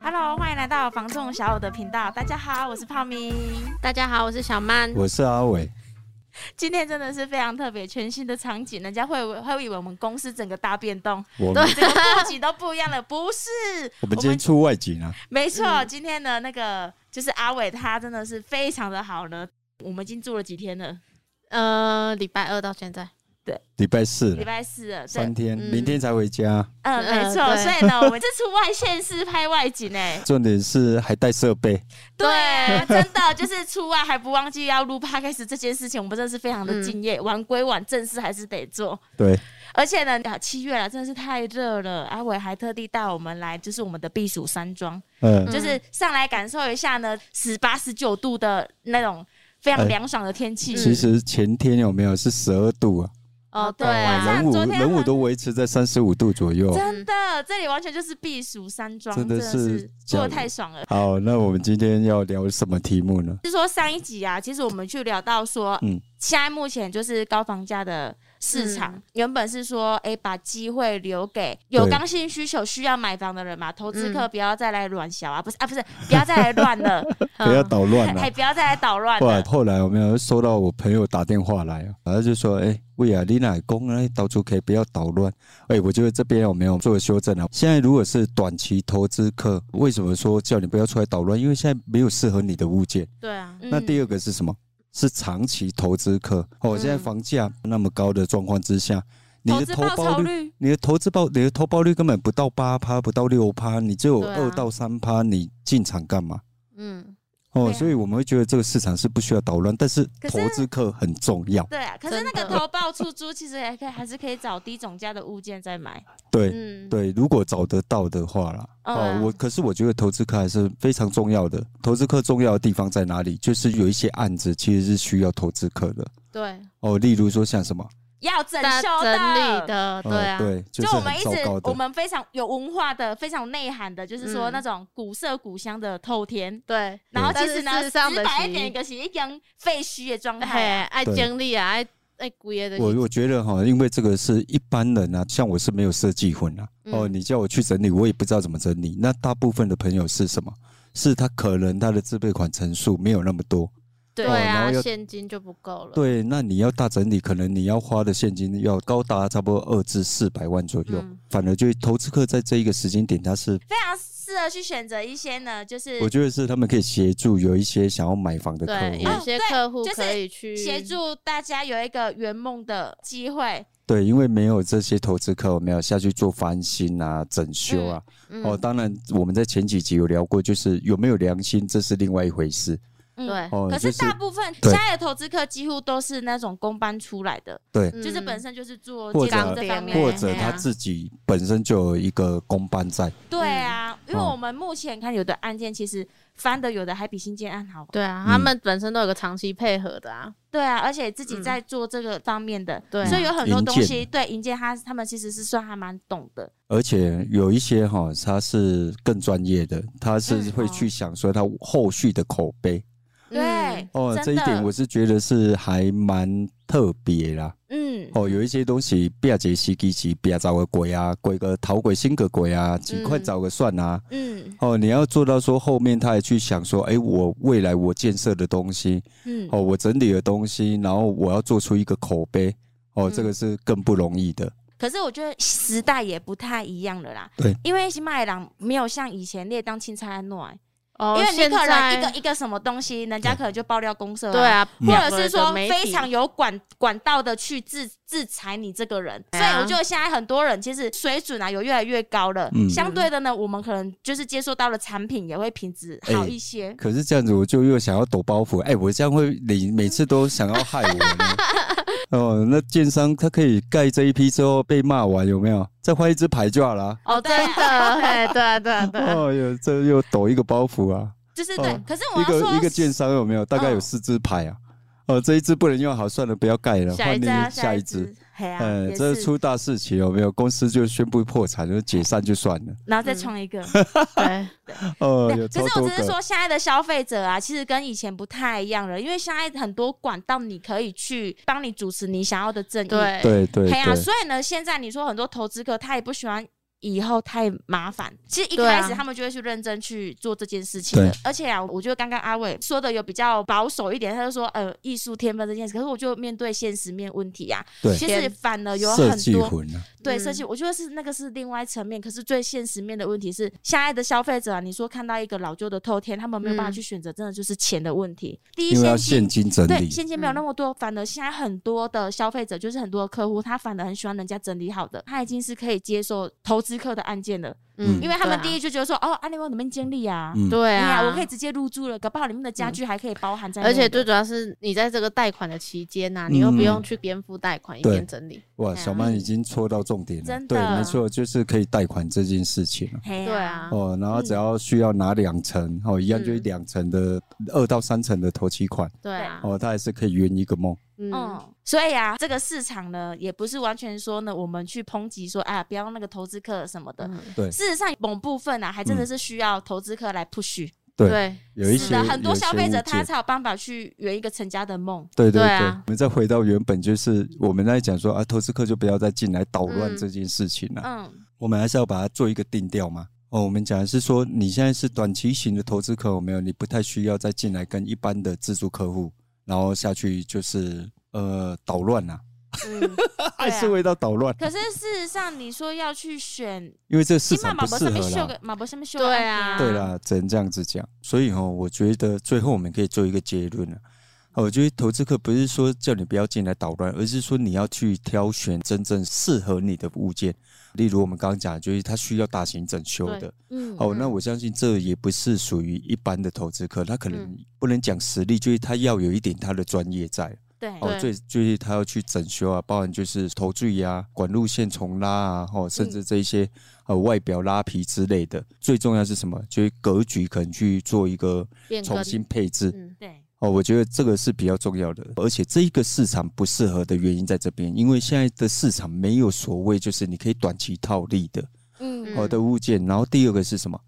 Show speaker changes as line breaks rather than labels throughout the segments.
Hello，欢迎来到防仲小五的频道。大家好，我是泡咪。
大家好，我是小曼。
我是阿伟，
今天真的是非常特别，全新的场景，人家会会以为我们公司整个大变动，
我
整
们
个布局都不一样了。不是，
我们今天出外景啊，
没错，今天的那个就是阿伟，他真的是非常的好呢。我们已经住了几天了，
呃，礼拜二到现在，
礼拜四
礼
了，
拜四了，对
三，天，
嗯
明天才回家。
嗯、
嗯
没错。
对
所以呢，我们这次外县市拍外景哎、
重点是还带设备，
对，真的就是出外还不忘记要录 podcast 这件事情，我们真的是非常的敬业。玩归玩，正事还是得做。
对，
而且呢，啊七月了，真的是太热了。阿伟还特地带我们来，就是我们的避暑山庄，
嗯，
就是上来感受一下呢，十八、十九度的那种非常
哎
凉爽的天气。
其实前天有没有是十二度啊？
哦，对
晚上
啊，
人武
昨天
人武
很
都维持在三十五度左右。啊
真的，这里完全就是避暑山庄，真
真的
的是
是
过得太爽了。
好，那我们今天要聊什么题目呢？
就是说上一集啊，其实我们去聊到说，
嗯
现在目前就是高房价的市场，
嗯
原本是说，哎、把机会留给有
对
刚性需求需要买房的人嘛，投资客
嗯
不要再来乱小啊，不是啊，不是，不要再来乱 了，
不要捣乱啊
哎、
了。
不要再来捣乱
后来
了。
后来我们有收到我朋友打电话来啊，然后就说：“哎、喂啊，你奶公哎，到处可以不要捣乱。哎，我觉得这边有没有做修正啊？现在如果是短期投资客，为什么说叫你不要出来捣乱？因为现在没有适合你的物件。
对啊，
嗯
那第二个是什么？是长期投资客。哦，现在
嗯
房价那么高的状况之下，你
投
的
资
投
报
报
酬
率，
率，
你的投资报，你的投报率根本不到八趴，不到六趴，你只有
对啊
二到三趴，你进场干嘛？
嗯，
哦，
对啊
所以我们会觉得这个市场是不需要捣乱，但是
可是
投资客很重要。
对啊，可是那个
真的
投报出租，其实还可以，还是可以找低总价的物件再买。
对、
嗯，
对，如果找得到的话啦。
嗯
哦，我可是我觉得投资客还是非常重要的。投资客重要的地方在哪里？就是有一些案子其实是需要投资客的。
对，
哦，例如说像什么？
要整
大
修
整理的，对啊，
呃对，就
哦就是我们
很
一
糟
直
糕
我
的。
们非常有文化的、非常有内涵的，就是说
嗯
那种古色古香的透天。
对，
然后
但
其
是
实呢，
事实上
直
的
白一
是
点，就是一种废墟的状态啊。
嘿，爱
对
经历啊，爱爱古爷的，
我我觉得哈，因为这个是一般人啊，像我是没有设计魂啊。哦，
嗯
你叫我去整理，我也不知道怎么整理。那大部分的朋友是什么？是他可能他的自备款层数没有那么多，
对
哦然
啊
后，要
现金就不够了，
对，那你要大整理，可能你要花的现金要高达差不多二至四百万左右，
嗯
反而就是投资客在这一个时间点，他是
非常适合去选择一些呢，就是
我觉得是他们可以协助有一些想要买房的客
对，
户，
有些
哦对
客户
就是
可以去
协，助大家有一个圆梦的机会。
对，因为没有这些投资客，我们要下去做翻新啊、整修啊。
嗯
哦，当然我们在前几集有聊过，就是有没有良心，这是另外一回事。
嗯，
对，
哦，
可
就是
大部分现
对
在的投资客几乎都是那种公班出来的，
对，
嗯
就是本身就是做
或
建
者
商这方面
对
或
的。
者
嘿啊
他自己本身就有一个公班在，
对啊，
嗯
因为
哦
我们目前看有的案件，其实翻的有的还比新建案好。
对啊，
嗯
他们本身都有个长期配合的啊，
对啊，而且自己
嗯
在做这个方面的，
对啊
所以有很多
营
东
建
西对银建他他们其实是算还蛮懂的。
而且有一些哈、他是更专业的，他是
嗯
会去想说他后续的口碑。
嗯
对，
哦，这
真
一
的，
点我是觉得是还蛮特别啦。
嗯，
哦，有一些东西不要杰西基奇，不要找个鬼啊，鬼个讨鬼新个鬼啊，尽快
嗯
找个算啊。
嗯
哦，你要做到说后面他也去想说，哎，我未来我建设的东西，
嗯，
哦，我整理的东西，然后我要做出一个口碑，哦，
嗯
这个是更不容易的。
可是我觉得时代也不太一样了啦。
对，
因为新麦郎没有像以前列当青菜安诺，啊
哦，
因为你
现
可能一
在
个一个什么东西，人家可能就爆料公社、
嗯
对。啊，
或
两
者
个
是
人的
说
媒
非
体
常有管管道的去制制裁你这个人，所
对
以
啊
我觉得现在很多人其实水准啊有越来越高了，
嗯
相对的呢，我们可能就是接收到的产品也会品质好一
嗯
些。
可是这样子，我就又想要抖包袱。哎、我这样会，你每次都想要害我 呢。哦，那建商他可以盖这一批之后被骂完，有没有？再换一支牌就好了啊。
哦，
对啊
真的，哎，对啊，对啊，对啊，
哦，有这又抖一个包袱啊！
就是对，
哦
可是我
一
要说
个一个建商有没有？大概
嗯
有四支牌啊。哦，这一支不能用，好，算了，不要盖了，
下一
换
支
对啊
另下一支。
支，嘿啊，
嗯，
也
这
是
出大事情有没有？公司就宣布破产，就解散就算了。
然后
嗯
再创一个。
对，
哦，
对可
有超
是我
多
只是
个。
说，现在的消费者啊，其实跟以前不太一样了，因为现在很多管道你可以去帮你主持你想要的正义。
对，
对对
嘿啊，
对
所以呢，现在你说很多投资客他也不喜欢以后太麻烦。其实一
对啊
开始他们就会去认真去做这件事情的
对。
而且啊，我觉得刚刚阿伟说的有比较保守一点，他就说呃艺术天分这件事，可是我就面对现实面问题啊，
对
其实反而有
设
很
计
多。
魂啊，
对
嗯
设计，我觉得是那个是另外一层面，可是最现实面的问题是，现在的消费者啊，你说看到一个老旧的透天，他们没有办法
嗯
去选择，真的就是钱的问题。第一
因为要
先
现
金
金整
对，
理，
现金
嗯
没有那么多，反而现在很多的消费者，就是很多的客户，他反而很喜欢人家整理好的，他已经是可以接受投资客的案件了，
嗯
因为他们第
一
一就觉得说，哦，安利网里面经理啊，
嗯，
啊对
对
啊，
我可以。直接入住了，搞不好里面的家具还可以包含在内的，
而且最主要是你在这个贷款的期间呐，你又不用去边付贷款一
嗯对
边整理。
哇，
对啊
小曼已经戳到重点了，
真的
对，没错，就是可以贷款这件事情了。
对
对啊，
哦，然
嗯
后只要需要拿两成，哦，一样就是
嗯
两成的二到三成的头期款，
对啊，
哦，他哦还是可以圆一个梦。
嗯，
嗯，所以啊，这个市场呢，也不是完全说呢，我们去抨击说啊，不要那个投资客什么的。
嗯
对
事实上，某部分啊，还真的是需要投资客来 push，、
对，
对，
有一
是
些
的，很多消费者他
有一些误解
才有办法去圆一个成家的梦。
对对
对
对，
啊
我们再回到原本，就是我们在讲说啊，投资客就不要再进来捣乱
嗯
这件事情了、
嗯，
我们还是要把它做一个定调嘛。哦，我们讲的是说，你现在是短期型的投资客，有没有？你不太需要再进来跟一般的自住客户，然后下去就是呃捣乱啦、
嗯，
还是回到捣乱，
啊可是事实上，你说要去选，
因为这市
起码
场
马
不
博
适
上面
合
秀
啦。
个马博上面秀
对
个
啊
案
对
例
啦，只能这样子讲。所以哈、我觉得最后我们可以做一个结论了、哦我觉得投资客不是说叫你不要进来捣乱，而是说你要去挑选真正适合你的物件。例如我们刚刚讲的，就是它需要大型整修的
对。
嗯，
哦，
嗯
那我相信这也不是属于一般的投资客，他可能
嗯
不能讲实力，就是他要有一点他的专业在。
对，
哦，
对
最就是他要去整修啊，包含就是头坠啊、管路线重拉啊，哦，甚
嗯
至这一些、呃外表拉皮之类的。最重要是什么？就是格局可能去做一个
变更
重新配置。
嗯
对，
哦，我觉得这个是比较重要的，而且这一个市场不适合的原因在这边，因为现在的市场没有所谓就是你可以短期套利的
嗯，
哦的物件。然后第二个是什么？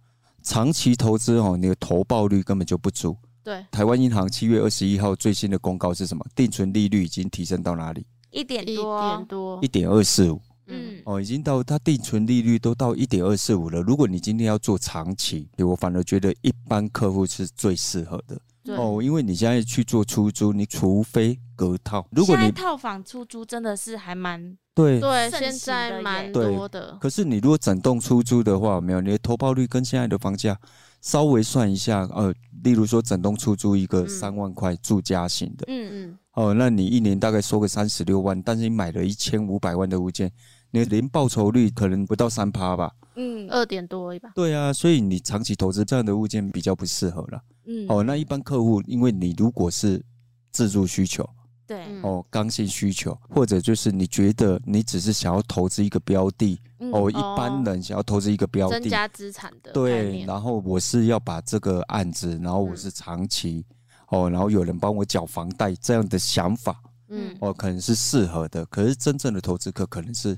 长期投资哦，你的投报率根本就不足。
对，
台湾银行七月二十一号最新的公告是什么？定存利率已经提升到哪里？
一点
一
多
点，多啊
一，点二四五
嗯，
嗯，
哦，已经到它定存利率都到一点二四五了。如果你今天要做长期，我反而觉得一般客户是最适合的
嗯
对，
哦，因为你现在去做出租，你除非隔套，如果
现在
你
套房出租真的是还蛮，
对。
对，
盛行
现
的
在
耶
蛮
对
多的，
可是你如果整栋出租的话，有没有你的投报率跟现在的房价稍微算一下，呃，例如说整栋出租一个
嗯
三万块住家型的，
嗯，
嗯，
哦，那你一年大概收个三十六万，但是你买了一千五百万的物件，你的零报酬率可能不到三趴吧？
嗯
二点多一吧，
对啊，所以你长期投资这样的物件比较不适合了。
嗯，
哦，那一般客户，因为你如果是自住需求，
对，
嗯
哦，刚性需求，或者就是你觉得你只是想要投资一个标的，
嗯
哦，一般人想要投资一个标
增
的，
加资产的概
对，
念，
然后我是要把这个案子，然后我
嗯
是长期，哦，然后有人帮我缴房贷这样的想法，
嗯，
哦，可能是适合的，可是真正的投资客可能是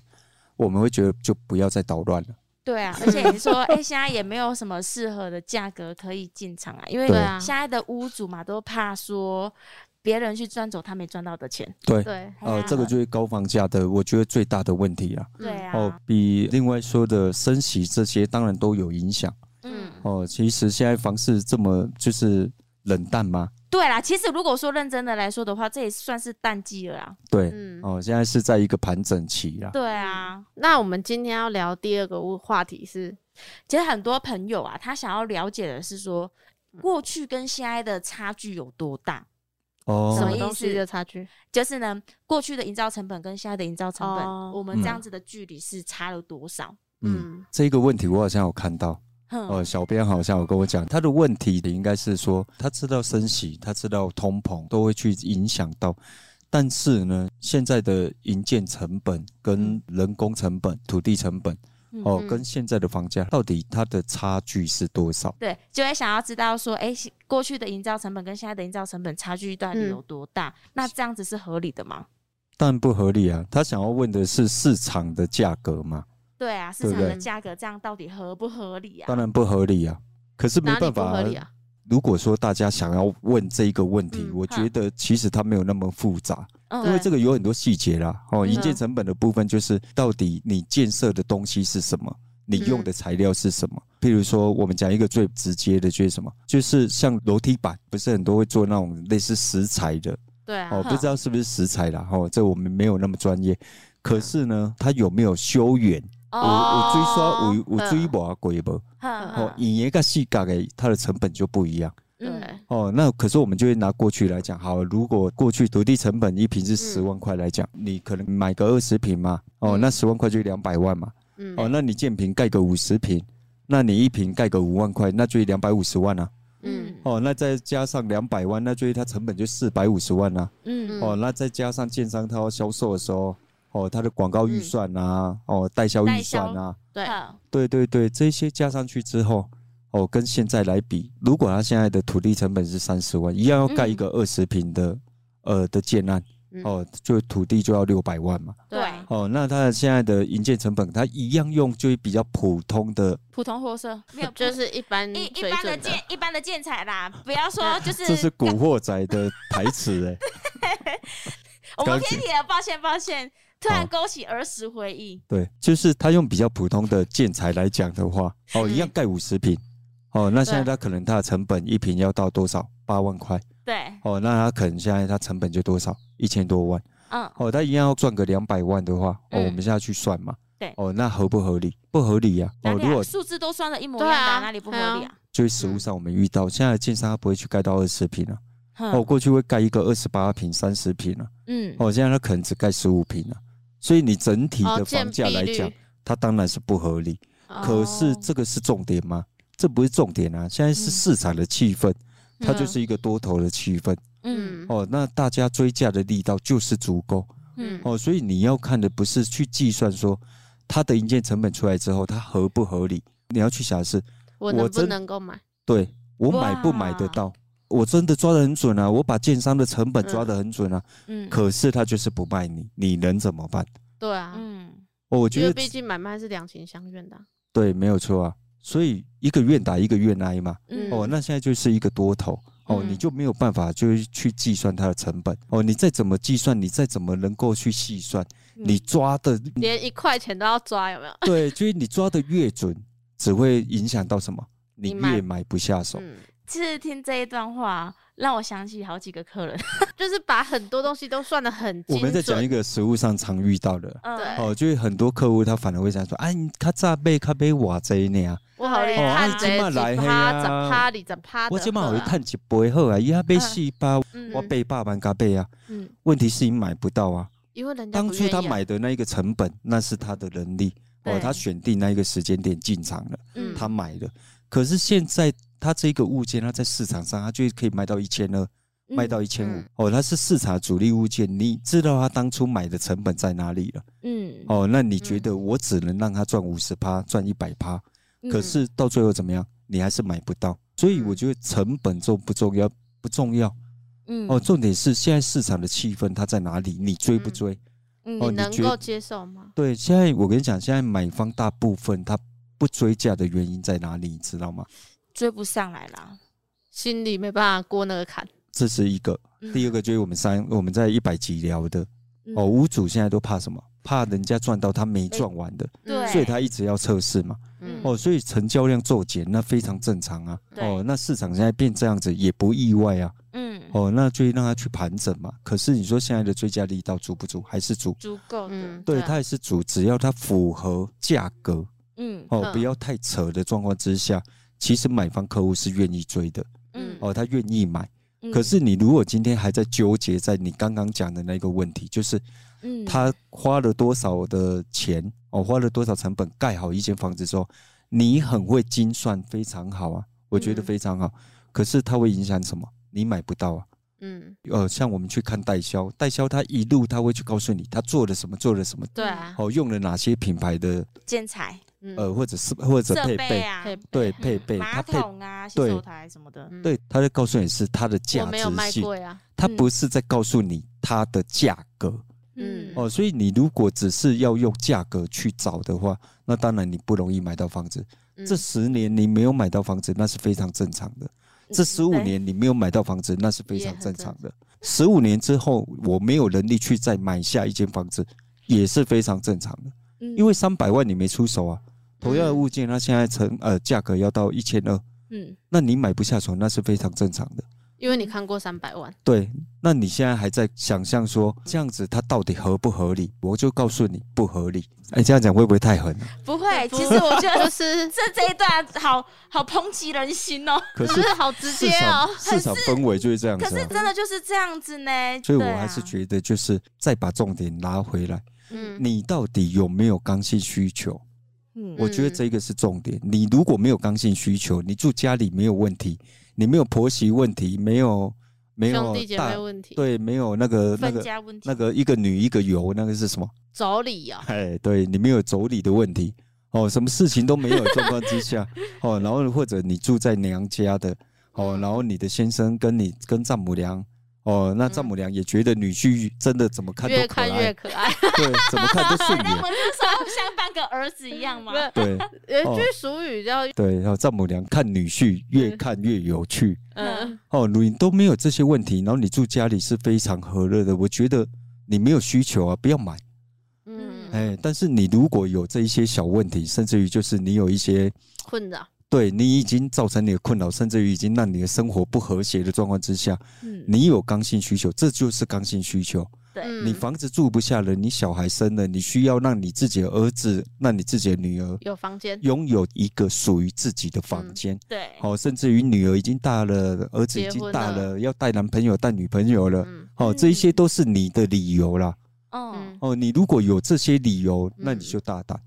我们会觉得就不要再捣乱了。
对啊，而且你说，哎，现在也没有什么适合的价格可以进场啊，因为
对
对啊，
现在的屋主嘛，都怕说别人去赚走他没赚到的钱，
对，
对，
哎
呃，
呀
这个就是高房价的，我觉得最大的问题啦。
对
嗯，
哦
啊，，
比另外说的升息这些当然都有影响。
嗯。
哦，其实现在房市这么就是冷淡吗？
对啦，其实如果说认真的来说的话，这也算是淡季了啦。
对，
嗯
哦，现在是在一个盘整期啦。
对啊，
那我们今天要聊第二个物话题是，
其实很多朋友啊，他想要了解的是说，过去跟现在的差距有多大？
哦，嗯
什
什
么
么
意
东西
思
的差距？
就是呢，过去的营造成本跟现在的营造成本，
哦
我们这样子的距离是差了多少？
嗯，
嗯，
这个问题我好像有看到。
哼，
哦，小编好像有跟我讲，他的问题应该是说，他知道升息，他知道通膨都会去影响到，但是呢，现在的营建成本、跟人工成本、土地成本，哦，
嗯
跟现在的房价到底它的差距是多少？
对，就会想要知道说，哎、是过去的营造成本跟现在的营造成本差距到底有多大？那这样子是合理的吗？
但不合理啊！他想要问的是市场的价格嘛？
对啊，市
对不
场的
对
价格这样到底合不合理啊？
当然不合理啊！可是没
哪里
办
不
法、
合理啊？
如果说大家想要问这一个问题，
嗯
我
好
觉得其实它没有那么复杂。
嗯，
因为
对
这个有很多细节啦，哦，
嗯
营建成本的部分就是到底你建设的东西是什么，你用的材料是什么。譬如说，我们讲一个最直接的就是什么，就是像楼梯板，不是很多会做那种类似石材的
对啊，
哦，
哈
不知道是不是石材啦，哦，这我们没有那么专业。可是呢，它有没有修圆？
哦
我我追刷我我追瓦鬼不？哦，
我
以一个细嘎给它的成本就不一样。
嗯
对，
哦，那可是我们就会拿过去来讲，好，如果过去土地成本一平是十万块来讲，你可能买个二十平嘛，哦，
嗯
那十万块就两百万嘛，
嗯，
哦，那你建平盖个五十平，那你一平盖个五万块，那就两百五十万啊，
嗯，
哦，那再加上两百万，那就它成本就四百五十万啊，
嗯
哦，那再加上建商他要销售的时候，哦，他的广告
嗯
预算啊，哦，代销预算
代
啊，
对
好
对对对，这些加上去之后，哦，跟现在来比，如果他现在的土地成本是三十万，一样要盖一
嗯
个二十平的、呃的建案，
嗯
哦，就土地就要六百万嘛，
对啊，
哦，那他的现在的营建成本，他一样用就是比较普通的，
普通货色没有，
就是一般
一一
水
般的
准
建一般的建材啦，不要 说就是
这是古惑仔的台词哎、
我们
高级
偏题了，抱歉抱歉，突然
好
勾起儿时回忆。
对，就是他用比较普通的建材来讲的话，哦，
嗯
一样盖五十平，哦，那现在
对
他可能他的成本一平要到多少？八万块，
对，
哦，那他可能现在他成本就多少？一千多万。
嗯，
哦，他一样要赚个两百万的话，哦，
嗯
我们现在去算嘛，
对
哦，那合不合理？不合理呀、
哪
哦，
里
如
啊
果
数字都算的一模一
对
样的啊，
啊
哪里不合
对啊
理啊？
就是实物上我们遇到，现在的建商他不会去盖到二十平啊，哦，
哼
过去会盖一个二十八平、三十平啊，
嗯，
哦，现在他可能只盖十五平啊，所以你整体
哦
的
建
房价
蔽
来
率
讲，它当然是不合理。
哦
可是这个是重点吗？这不是重点啊，现在是
嗯
市场的气氛，它就
嗯
是一个多头的气氛
嗯
嗯
哦，那大家追价的力道就是足够。
嗯
嗯
哦，所以你要看的不是去计算说它的营建成本出来之后它合不合理，你要去想的是，
我
我
能不
真
能够买？
对我买不买得到？我真的抓得很准啊，我把建商的成本抓得很准啊，
嗯
可是他就是不卖你，你能怎么办？
对啊，
嗯
哦，我
因
觉
为
得
毕竟买卖是两情相悦的啊。
对，没有错啊。所以一个愿打一个愿挨嘛。
嗯
哦，那现在就是一个多头。哦，
嗯
你就没有办法就是去计算它的成本哦，你再怎么计算，你再怎么能够去细算，
嗯
你抓的
连一块钱都要抓，有没 有？
对，就是你抓的越准，只会影响到什么？
你
你
买
越买不下手。
嗯，
其实听这一段话，让我想起好几个客 人。
就是把很多东西都算的很精
我
准。
们在讲一个实物上常遇到的。
嗯，
哦，就是很多客户他反而会想说，哎、啊，你卡扎贝卡贝瓦这呢啊，
我好厉
哦啊
害，
你
这摆来嘿啊
趴怎趴里怎趴的，
我今晚会探几杯好啊，伊 阿贝四八，
啊嗯，
我贝八万加贝啊。
嗯
问题是你买不到啊，
因为人家
当
不
初
愿意啊
他，买的那一个成本，那是他的能力哦
对，
他选定那一个时间点进场了，
嗯
他买了。可是现在他这个物件，他在市场上，他就可以卖到一千二，卖到一千五
嗯
哦，它是市场主力物件，你知道它当初买的成本在哪里了
嗯，
哦？那你觉得我只能让它赚五十趴，赚一百趴，
嗯
可是到最后怎么样？你还是买不到，所以
嗯
我觉得成本重不重要不重要
嗯
哦，重点是现在市场的气氛它在哪里，你追不
嗯
追？
嗯
哦
你
你
能
觉
够接受吗？
对，现在我跟你讲，现在买方大部分他不追价的原因在哪里，你知道吗？
追不上来啦。
心里没办法过那个坎，
这是一个，第
个
嗯
二个就是我们三我们在一百集聊的，哦，
嗯嗯
屋主现在都怕什么？怕人家赚到他没赚完的，
对
所以他一直要测试嘛。
嗯
哦，所以成交量骤减，那非常正常啊。
对
哦，那市场现在变这样子也不意外啊。
嗯
哦，那就让他去盘整嘛。可是你说现在的追加力道足不足？还是足？
足够的
嗯，
对，
啊
它也是足，只要它符合价格
嗯
哦，
嗯
不要太扯的状况之下，其实买方客户是愿意追的
嗯
哦，他愿意买。
嗯
可是你如果今天还在纠结在你刚刚讲的那个问题，就是
嗯
他花了多少的钱哦，花了多少成本盖好一间房子之后，你很会精算，非常好啊，我觉得
嗯
非常好。可是它会影响什么？你买不到啊。
嗯，
呃，像我们去看代销，代销他一路他会去告诉你他做了什么，做了什么，
对啊，
哦，用了哪些品牌的
建材
嗯
呃，或者是或者
设
配
备
备，
啊，
配
呃对配备，他
马
配
桶啊、洗手台什么的。
嗯
对，他在告诉你是它的价
我没有卖
值性，
过呀，
他
嗯
不是在告诉你它的价格。
嗯
哦，所以你如果只是要用价格去找的话，那当然你不容易买到房子。
嗯
这十年你没有买到房子，那是非常正常的。这十五
嗯对
年你没有买到房子，那是非常
也很
正
正
常的。十五年之后，我没有能力去再买下一间房子，也是非常正常的。
嗯
因为三百万你没出手啊，同样的物件，那现在成呃价格要到一千二，
嗯，
那你买不下手，那是非常正常的。
因为你看过三百万，
对，那你现在还在想象说这样子它到底合不合理？我就告诉你不合理。哎，这样讲会不会太狠？啊
不会。
不
其实我觉
就
得
是
这这一段好好抨击人心 哦。
可
就是是好直
市
接
场
哦，
市场氛围就是这样
可
子、
是
啊，
真的就是这样子呢，
所以
对
我
啊
还是觉得就是再把重点拉回来，
嗯，
你到底有没有刚性需求？
嗯
我觉得这个是重点。你如果没有刚性需求，你住家里没有问题，你没有婆媳问题，没有没有
兄弟姐
大
妹问题，
对，没有那个那
分
个
家问题
那个一个女一个油，那个是什么？
妯娌 哦，
哎，对你没有妯娌的问题哦，什么事情都没有的状况 之下哦，然后或者你住在娘家的哦，然后你的先生跟你跟丈母娘哦，那丈母娘也觉得女婿真的怎么看
越
都可爱，
看 越可爱，
对，怎么看都顺
那我
眼，
们是说像半个儿 子一样吗
不？是有
对
一句俗语叫
对，然后丈母娘看女婿越
嗯
看越有趣
嗯，
哦，你都没有这些问题，然后你住家里是非常和乐的，我觉得你没有需求啊，不要买。
嗯
嗯
哎，但是你如果有这一些小问题，甚至于就是你有一些
困扰，
对你已经造成你的困扰，甚至于已经让你的生活不和谐的状况之下，
嗯，
你有刚性需求，这就是刚性需求。
对，
嗯
你房子住不下了，你小孩生了，你需要让你自己的儿子、让你自己的女儿
有房间，
拥有一个属于自己的房
嗯
间。
对，
哦，甚至于女儿已经大了，儿子已
结
经
婚
大
了
了，要带男朋友、带女朋友了。
嗯
哦，这一些
嗯
都是你的理由啦。
嗯
嗯，
哦，你如果有这些理由，那你
嗯
就大胆。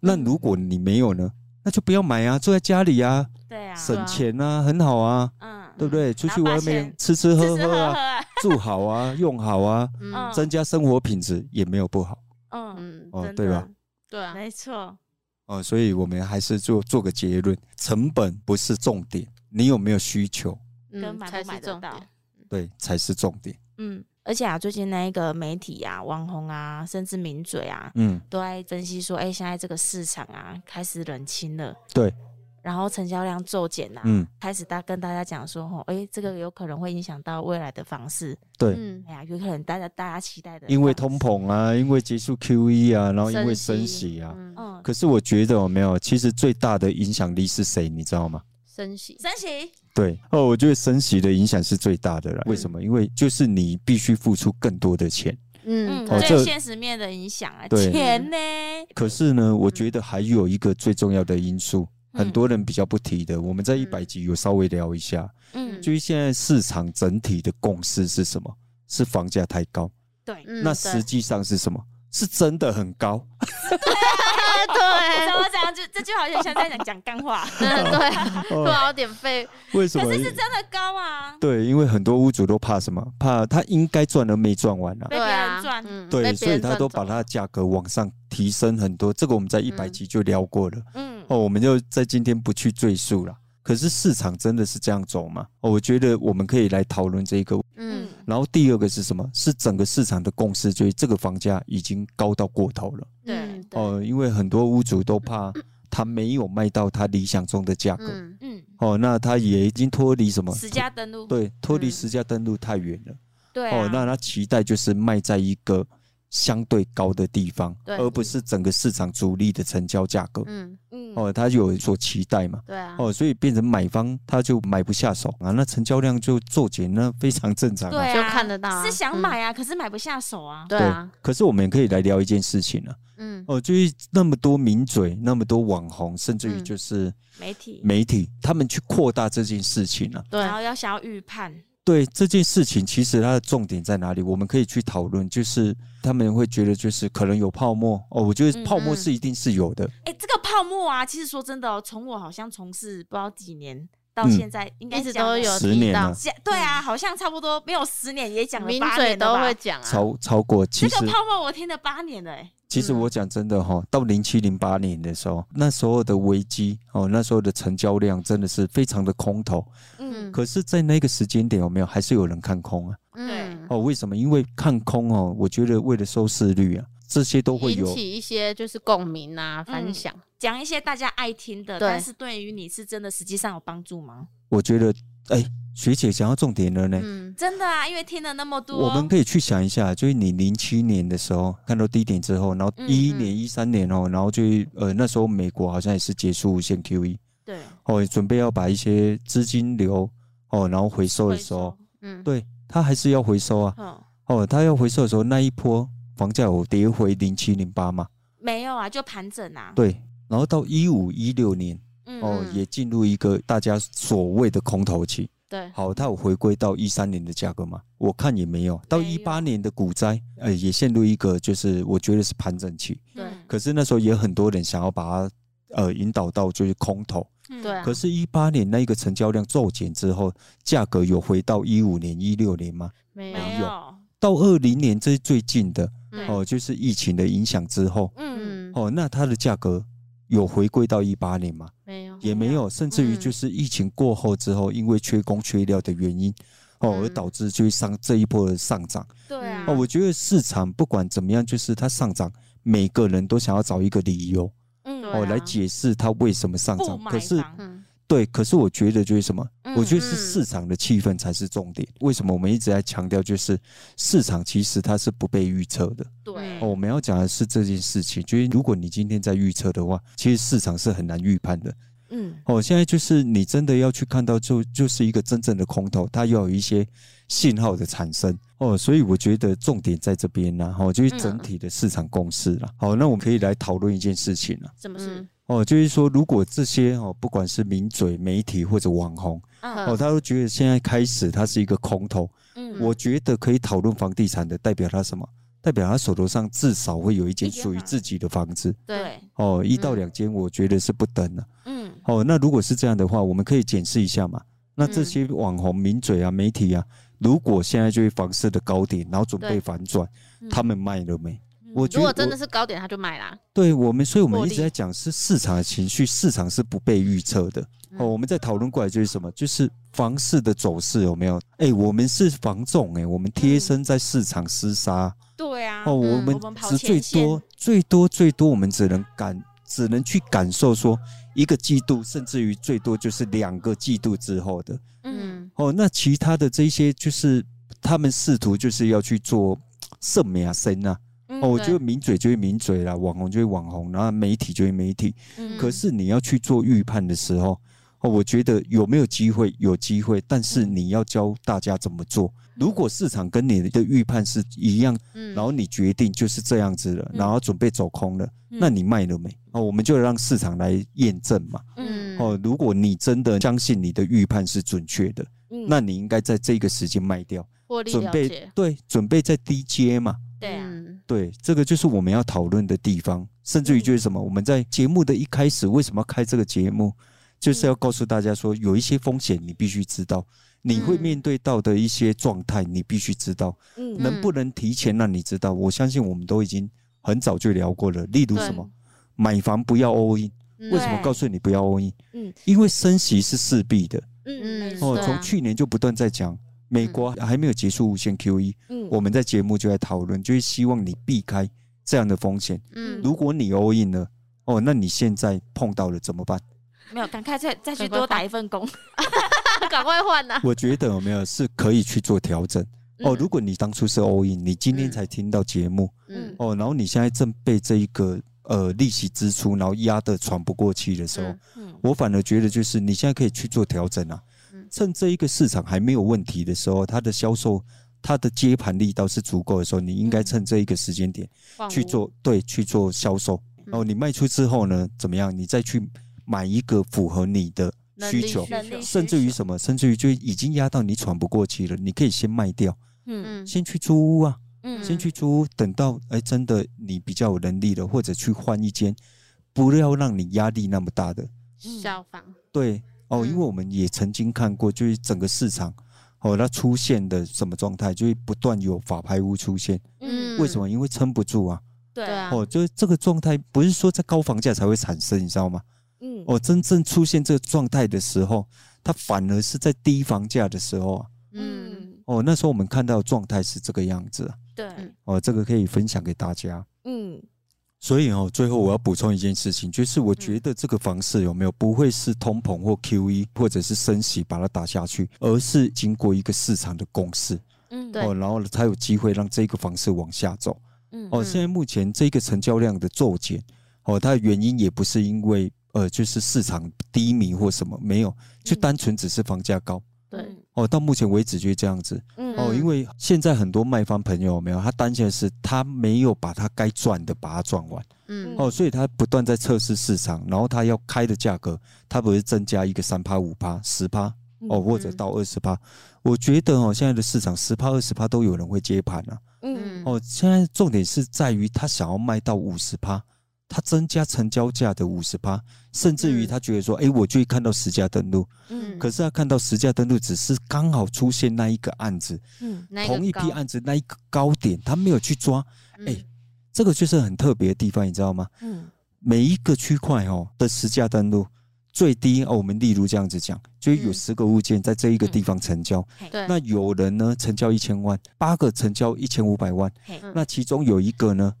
那如果你没有呢？那就不要买啊，住在家里啊，
对啊，
省
啊
钱啊，很好啊，
嗯，
对不对？出
拿
去
八
外面
千
吃
吃
吃喝
吃喝
喝
喝
啊，
啊，
住好啊，用好啊，
嗯
嗯
增加生活品质也没有不好
嗯，
嗯，
哦，
真
对吧
的？？
对啊，
没错，
哦，所以我们还是做做个结论，成本不是重点，你有没有需求，
跟
嗯，
买
才
不
是
买得
重
到
点，，
对，才是重点。
嗯，而且啊，最近那一个媒体啊、网红啊，甚至名嘴啊，
嗯，
都在分析说，哎、现在这个市场啊开始冷清了，
对，
然后成交量骤减啊，
嗯，
开始大跟大家讲说，吼，哎、这个有可能会影响到未来的房市，
对，
嗯
哎呀，有可能大家大家期待的，
因为通，膨啊，因为结束 QE 啊，然后因为升息啊。
嗯
嗯，
可是我觉得有哦没有，其实最大的影响力是谁，你知道吗？
升息，
升息，
对，哦，我觉得升息的影响是最大的了。为什么？因为就是你必须付出更多的钱。
嗯，
嗯，
哦
对
这
现实面的影响啊，
对
钱呢，
可是呢，我觉得还有一个最重要的因素，
嗯
很多人比较不提的，我们在一百集有稍微聊一下，
嗯，
就是现在市场整体的共识是什么？是房价太高。
对，
嗯
那
对
实际上是什么？是真的很高。
我知
对，
道这样就这就好像像在讲讲干 话，
嗯 对，
哦
多少点费，
为什么
可？是是真的高啊，
对，因为很多屋主都怕什么？怕他应该赚而没赚完啊。
被
对
别
啊
人赚，
嗯
对，
被
所
别
以
人
他
赚
都
走
把它的价格往上提升很多。这个我们在一百
嗯
集就聊过了。
嗯，
哦，我们就在今天不去赘述了。可是市场真的是这样走吗？哦，我觉得我们可以来讨论这一个。
嗯
然后第二个是什么？是整个市场的共识，就是这个房价已经高到过头了。
对
嗯对
哦，因为很多屋主都怕他没有卖到他理想中的价格。
嗯
嗯，
哦，那他也已经脱离什么？
十家登录，
哦对，脱离
嗯
实价登录太远了。
对
哦，那
啊，
他期待就是卖在一个相对高的地方，
对
而不是整个市场主力的成交价格。
嗯
嗯，
哦，他有所期待嘛。
对啊，
哦，所以变成买方他就买不下手啊，那成交量就骤减，那非常正常、啊。
对啊，
就看得到啊
是想买
嗯
啊，可是买不下手啊。
对啊，
可是我们也可以来聊一件事情啊，
嗯
哦，就是那么多名嘴，那么多网红，甚至于
嗯
就是
媒体，
媒体，他们去扩大这件事情啊。
对
然，后要想要预判，
对这件事情，其实它的重点在哪里？我们可以去讨论，就是他们会觉得就是可能有泡沫哦，我觉得
嗯
泡沫
嗯
是一定是有的，
哎，这个泡沫啊，其实说真的哦，从我好像从事不知道几年到
嗯
现在，应该
一直
讲
都
了
有
十
提
年
到
了，
讲对啊，好像差不多没有十年，也讲了
名
八
嘴
年
都
了
会
吧。
讲啊，
超超过。其
这
实
个泡沫我听了八年了，哎，
其
嗯
实我讲真的哈、到零七零八年的时候，那时候的危机哦，那时候的成交量真的是非常的空头。
嗯
嗯
可是，在那个时间点有没有还是有人看空啊？
嗯，
哦，为什么？因为看空哦，我觉得为了收视率啊，这些都会
引
有。
起一些就是共鸣啊，反响，
讲一些大家爱听的，
对
但是对于你是真的实际上有帮助吗？
我觉得哎，学姐讲到重点了呢。
嗯，
真的啊，因为听了那么多，
我们可以去想一下，就是你零七年的时候看到低点之后，然后
嗯
一一
嗯
年、一三年哦，然后就呃那时候美国好像也是结束无限 QE
对
哦，准备要把一些资金流哦，然后回收的时候，
嗯，
对它还是要回收
嗯
啊
哦，
哦，它要回收的时候那一波房价有跌回零七零八嘛，
没有啊，就盘整啊，
对，然后到一五一六年
嗯
哦
嗯
也进入一个大家所谓的空头期，
对，
好，它有回归到一三年的价格吗？我看也没有。到
没
一
有
八年的股灾，呃，也陷入一个就是我觉得是盘整期。
对
嗯
可是那时候也很多人想要把它呃引导到就是空头。
嗯
对啊
可是，一八年那一个成交量骤减之后，价格有回到一五年、一六年吗？
没有，
没有，
到二零年这是最近的
嗯
哦、就是疫情的影响之后
嗯，
嗯，
哦，那它的价格有回归到一八年吗？
没有，
也没有，甚至于就是疫情过后之后，因为缺工缺料的原因，哦，
嗯
而导致就上这一波的上涨。
对啊，
哦，我觉得市场不管怎么样，就是它上涨，每个人都想要找一个理由
嗯
对
哦
啊
来解释它为什么上
不
涨。
买
可是
房，
嗯，
对，可是我觉得就是什么？
嗯
我觉得是
嗯
市场的气氛才是重点。为什么我们一直在强调，就是市场其实它是不被预测的。
对
哦，我们要讲的是这件事情，就是如果你今天在预测的话，其实市场是很难预判的。
嗯
哦，现在就是你真的要去看到就，就是一个真正的空头，它要有一些信号的产生哦，所以我觉得重点在这边啦，哦，就是整体的市场共识啦。
嗯
好，那我们可以来讨论一件事情啦，
什么事
嗯？
哦，就是说如果这些哦，不管是名嘴、媒体或者网红，
嗯
哦，他都觉得现在开始它是一个空头，
嗯，
我觉得可以讨论房地产的，代表他什么？代表他手头上至少会有一间
一间
属于
房
自己的房子
对，
对，
哦，一到
嗯
两间我觉得是不等的、
嗯
哦，那如果是这样的话，我们可以检视一下嘛。那这
嗯
些网红、名嘴啊、媒体啊，如果现在就是房市的高点，然后准备
对嗯
反转
嗯，
他们卖了没？我觉
如果
得我
真的是高点，他就买啦，
对我们，所以我们
获
一
利
直在讲是市场的情绪，市场是不被预测的。哦，
嗯
我们在讨论过来就是什么？就是房市的走势有没有？哎，我们是房仲，哎，我们贴身在市场厮杀。
对啊，
哦，我
嗯
们
我们跑
只最
前线
多最多最多，我们只能感只能去感受说一个季度，甚至于最多就是两个季度之后的。
嗯
嗯，
哦，那其他的这些就是他们试图就是要去做圣美啊、神啊。
嗯
哦，我
对
觉得名嘴就是名嘴啦，网红就是网红，然后媒体就是媒体。
嗯
可是你要去做预判的时候，哦，我觉得有没有机会？有机会，但是
嗯
你要教大家怎么做。如果市场跟你的预判是一样，
嗯，
然后你决定就是这样子了，
嗯
然后准备走空了，
嗯
那你卖了没？哦，我们就让市场来验证嘛。
嗯
嗯，
哦，如果你真的相信你的预判是准确的，
嗯
那你应该在这个时间卖掉，
获利
准
了
备
结，
对，准备在低阶嘛。
对啊，
嗯
对，这个就是我们要讨论的地方，甚至于就是什么，我们在节目的一开始为什么要开这个节目，
嗯
就是要告诉大家说，有一些风险你必须知道，你会
嗯
面对到的一些状态你必须知道，
嗯
能不能提前让你知道？我相信我们都已经很早就聊过了，例如
对
什么买房不要 all in，
嗯
为什么
对
告诉你不要 all in？
嗯
因为升息是势必的
嗯没
嗯
错
哦，
对
从
啊
去年就不断在讲。美国还没有结束无限 QE，、
嗯
我们在节目就在讨论，就是希望你避开这样的风险。
嗯，
如果你 all in 了，哦，那你现在碰到了怎么办？
嗯
没有，赶快再再去
赶快
多打一份工，
赶快换
啊
呐，
我觉得有没有是可以去做调整。哦，如果你当初是 all in，你今天才听到节目，
嗯，
哦，然后你现在正被这一个呃利息支出，然后压得喘不过气的时候，
嗯
嗯
我反而觉得就是你现在可以去做调整啊
嗯。
趁这一个市场还没有问题的时候，它的销售、它的接盘力道是足够的时候，你应该
嗯
趁这一个时间点。
放
去
无
做对去做销售，然后你卖出之后呢，怎么样？你再去买一个符合你的
能
需
力
求，
能力需
甚至于
求
什么，甚至于就已经压到你喘不过气了，你可以先卖掉，
嗯
嗯
先去租屋啊，
嗯
先去租屋，等到哎真的你比较有能力了，或者去换一间，不要让你压力那么大的。
消防，
对哦，因为
嗯
我们也曾经看过，就是整个市场哦，它出现的什么状态，就是不断有法拍屋出现，
嗯
为什么？因为撑不住啊。
对
对啊
哦，就是这个状态不是说在高房价才会产生，你知道吗？
嗯
哦，真正出现这个状态的时候，它反而是在低房价的时候啊。
嗯，
嗯
哦，那时候我们看到的状态是这个样子啊。
对
嗯
啊哦，这个可以分享给大家。
嗯
所以哦，最后我要补充一件事情，就是我觉得这个房市有没有不会是通膨或 Q E 或者是升息把它打下去，而是经过一个市场的共识
嗯，
对
哦，然后才有机会让这个房市往下走。
嗯
哦，
嗯
现在目前这个成交量的骤减，哦，它的原因也不是因为呃，就是市场低迷或什么，没有，就
嗯
单纯只是房价高。
对，
哦，到目前为止就是这样子。
嗯
哦，因为现在很多卖方朋友有没有，他担心的是他没有把他该赚的把它赚完。
嗯
哦，所以他不断在测试市场，然后他要开的价格，他不是增加一个三趴、五趴、十趴哦，或者
嗯
到二十趴。我觉得哦，现在的市场十趴、二十趴都有人会接盘啊。
嗯
哦，现在重点是在于他想要卖到五十趴，他增加成交价的五十趴，甚至
嗯
于他觉得说，诶，我就看到实价登录，
嗯
可是他看到实价登录只是刚好出现那一个案子，
嗯
那个
同一批
高，
案子那一个高点，他没有去抓，哎
嗯
这个就是很特别的地方，你知道吗？
嗯
每一个区块哦的实价登录最低哦，我们例如这样子讲，就是有
嗯
十个物件在这一个地方成交，
嗯
对，
那有人呢成交一千万，八个成交一千五百万
嘿，
那其中有一个呢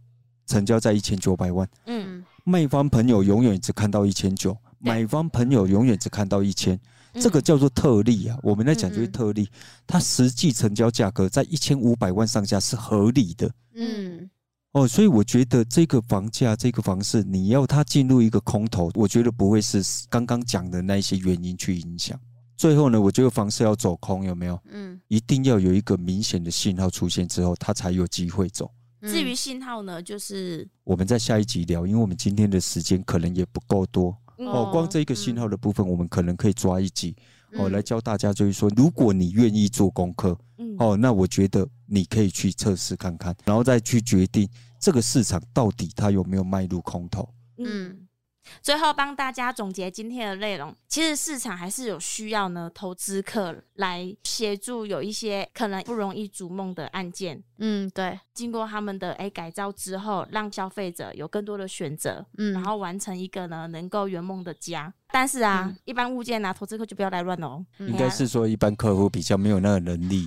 成交在一千九百万，
嗯，
嗯
卖方朋友永远只看到一千九，
对
买方朋友永远只看到一千，
嗯
这个叫做特例啊，我们在讲就
嗯
是
嗯嗯
特例，它实际成交价格在一千五百万上下是合理的。
嗯
哦，所以我觉得这个房价、这个房市，你要它进入一个空头，我觉得不会是刚刚讲的那一些原因去影响。最后呢，我觉得房市要走空，有没有？
嗯，
一定要有一个明显的信号出现之后，它才有机会走。
嗯
至于信号呢，就是
我们在下一集聊，因为我们今天的时间可能也不够多
嗯
哦。光这一个信号的部分，我们可能可以抓一集哦，
嗯
来教大家，就是说，如果你愿意做功课，
嗯
哦，那我觉得你可以去测试看看，然后再去决定这个市场到底它有没有迈入空头。
嗯。最后帮大家总结今天的内容，其实市场还是有需要呢，投资客来协助有一些可能不容易逐梦的案件，
嗯对
经过他们的诶改造之后，让消费者有更多的选择，
嗯，
然后完成一个呢能够圆梦的家。但是啊，
嗯
一般物件啊，投资客就不要来乱哦。
嗯
应该是说，一般客户比较没有那个能力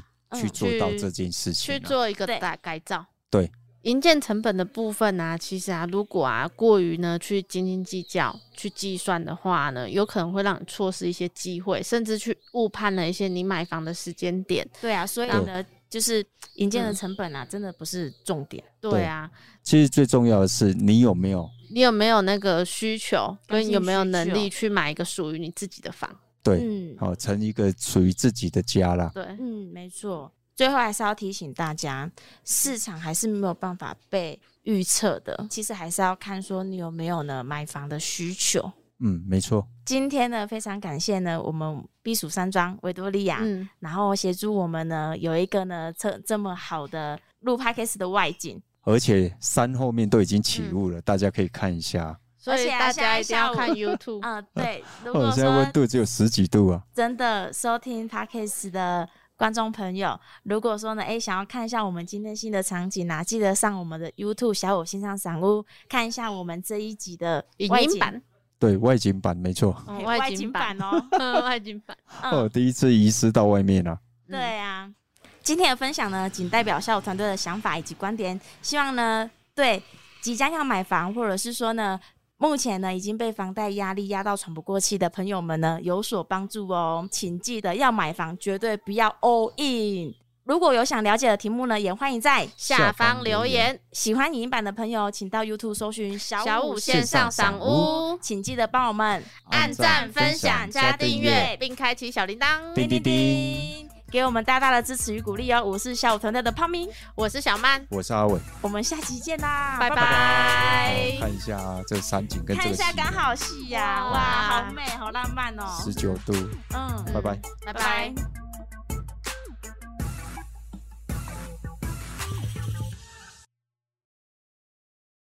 嗯
去做到
去
这件事情、
去
啊。
做一个
对
大改造。
对，
营建成本的部分啊，其实啊，如果啊过于呢去斤斤计较、去计算的话呢，有可能会让你错失一些机会，甚至去误判了一些你买房的时间点。
对啊，所以呢，就是银建的成本啊，真的不是重点。
对啊，
其实最重要的是，你有没有
你有没有那个需求，
刚性
跟有没有
需求
能力去买一个属于你自己的房？
对，
嗯
好、成一个属于自己的家啦。
对，
嗯，没错。最后还是要提醒大家，市场还是没有办法被预测的，其实还是要看说你有没有呢买房的需求。
嗯，没错。
今天呢，非常感谢呢我们避暑山庄维多利亚，
嗯，
然后协助我们呢有一个呢这这么好的录 p o d c a s 的外景。
而且山后面都已经起雾
嗯
了，大家可以看一下。
所以
而且啊
大
现在
家一定要
下午
看 YouTube。
嗯、对，如
哦
果，
现在温
说
度只有十几度啊。
真的收听 p o d c a s 的观众朋友，如果说呢，哎、想要看一下我们今天新的场景啊，记得上我们的 YouTube 小五新上赏屋看一下我们这一集的
影
外景
音版，
对外景版没错。
哦
嘿
外
外
景
景
版。
版，哦
嗯外景版，
哦，
嗯，
第一次遗失到外面啊。
嗯
对啊。今天的分享呢，仅代表校友团队的想法以及观点，希望呢，对即将要买房，或者是说呢，目前呢已经被房贷压力压到喘不过气的朋友们呢，有所帮助哦。请记得要买房，绝对不要 all in。如果有想了解的题目呢，也欢迎在
下方留言，
喜欢影音版的朋友，请到 YouTube 搜寻小
小
五
五
线
线上赏屋，
请记得帮我们
按赞、分享、加订阅，并开启小铃铛。
叮叮叮，
给我们大大的支持与鼓励哦！我是小五团队的胖咪，
我是小曼，
我是阿伟，
我们下期见啦，
拜
哦
拜。
看一下这山景跟这
看
个
一
夕
下刚
阳，
好戏呀、
哇
哇，好美，好浪漫哦，
十九度，
嗯，
拜拜。
拜
拜拜
拜。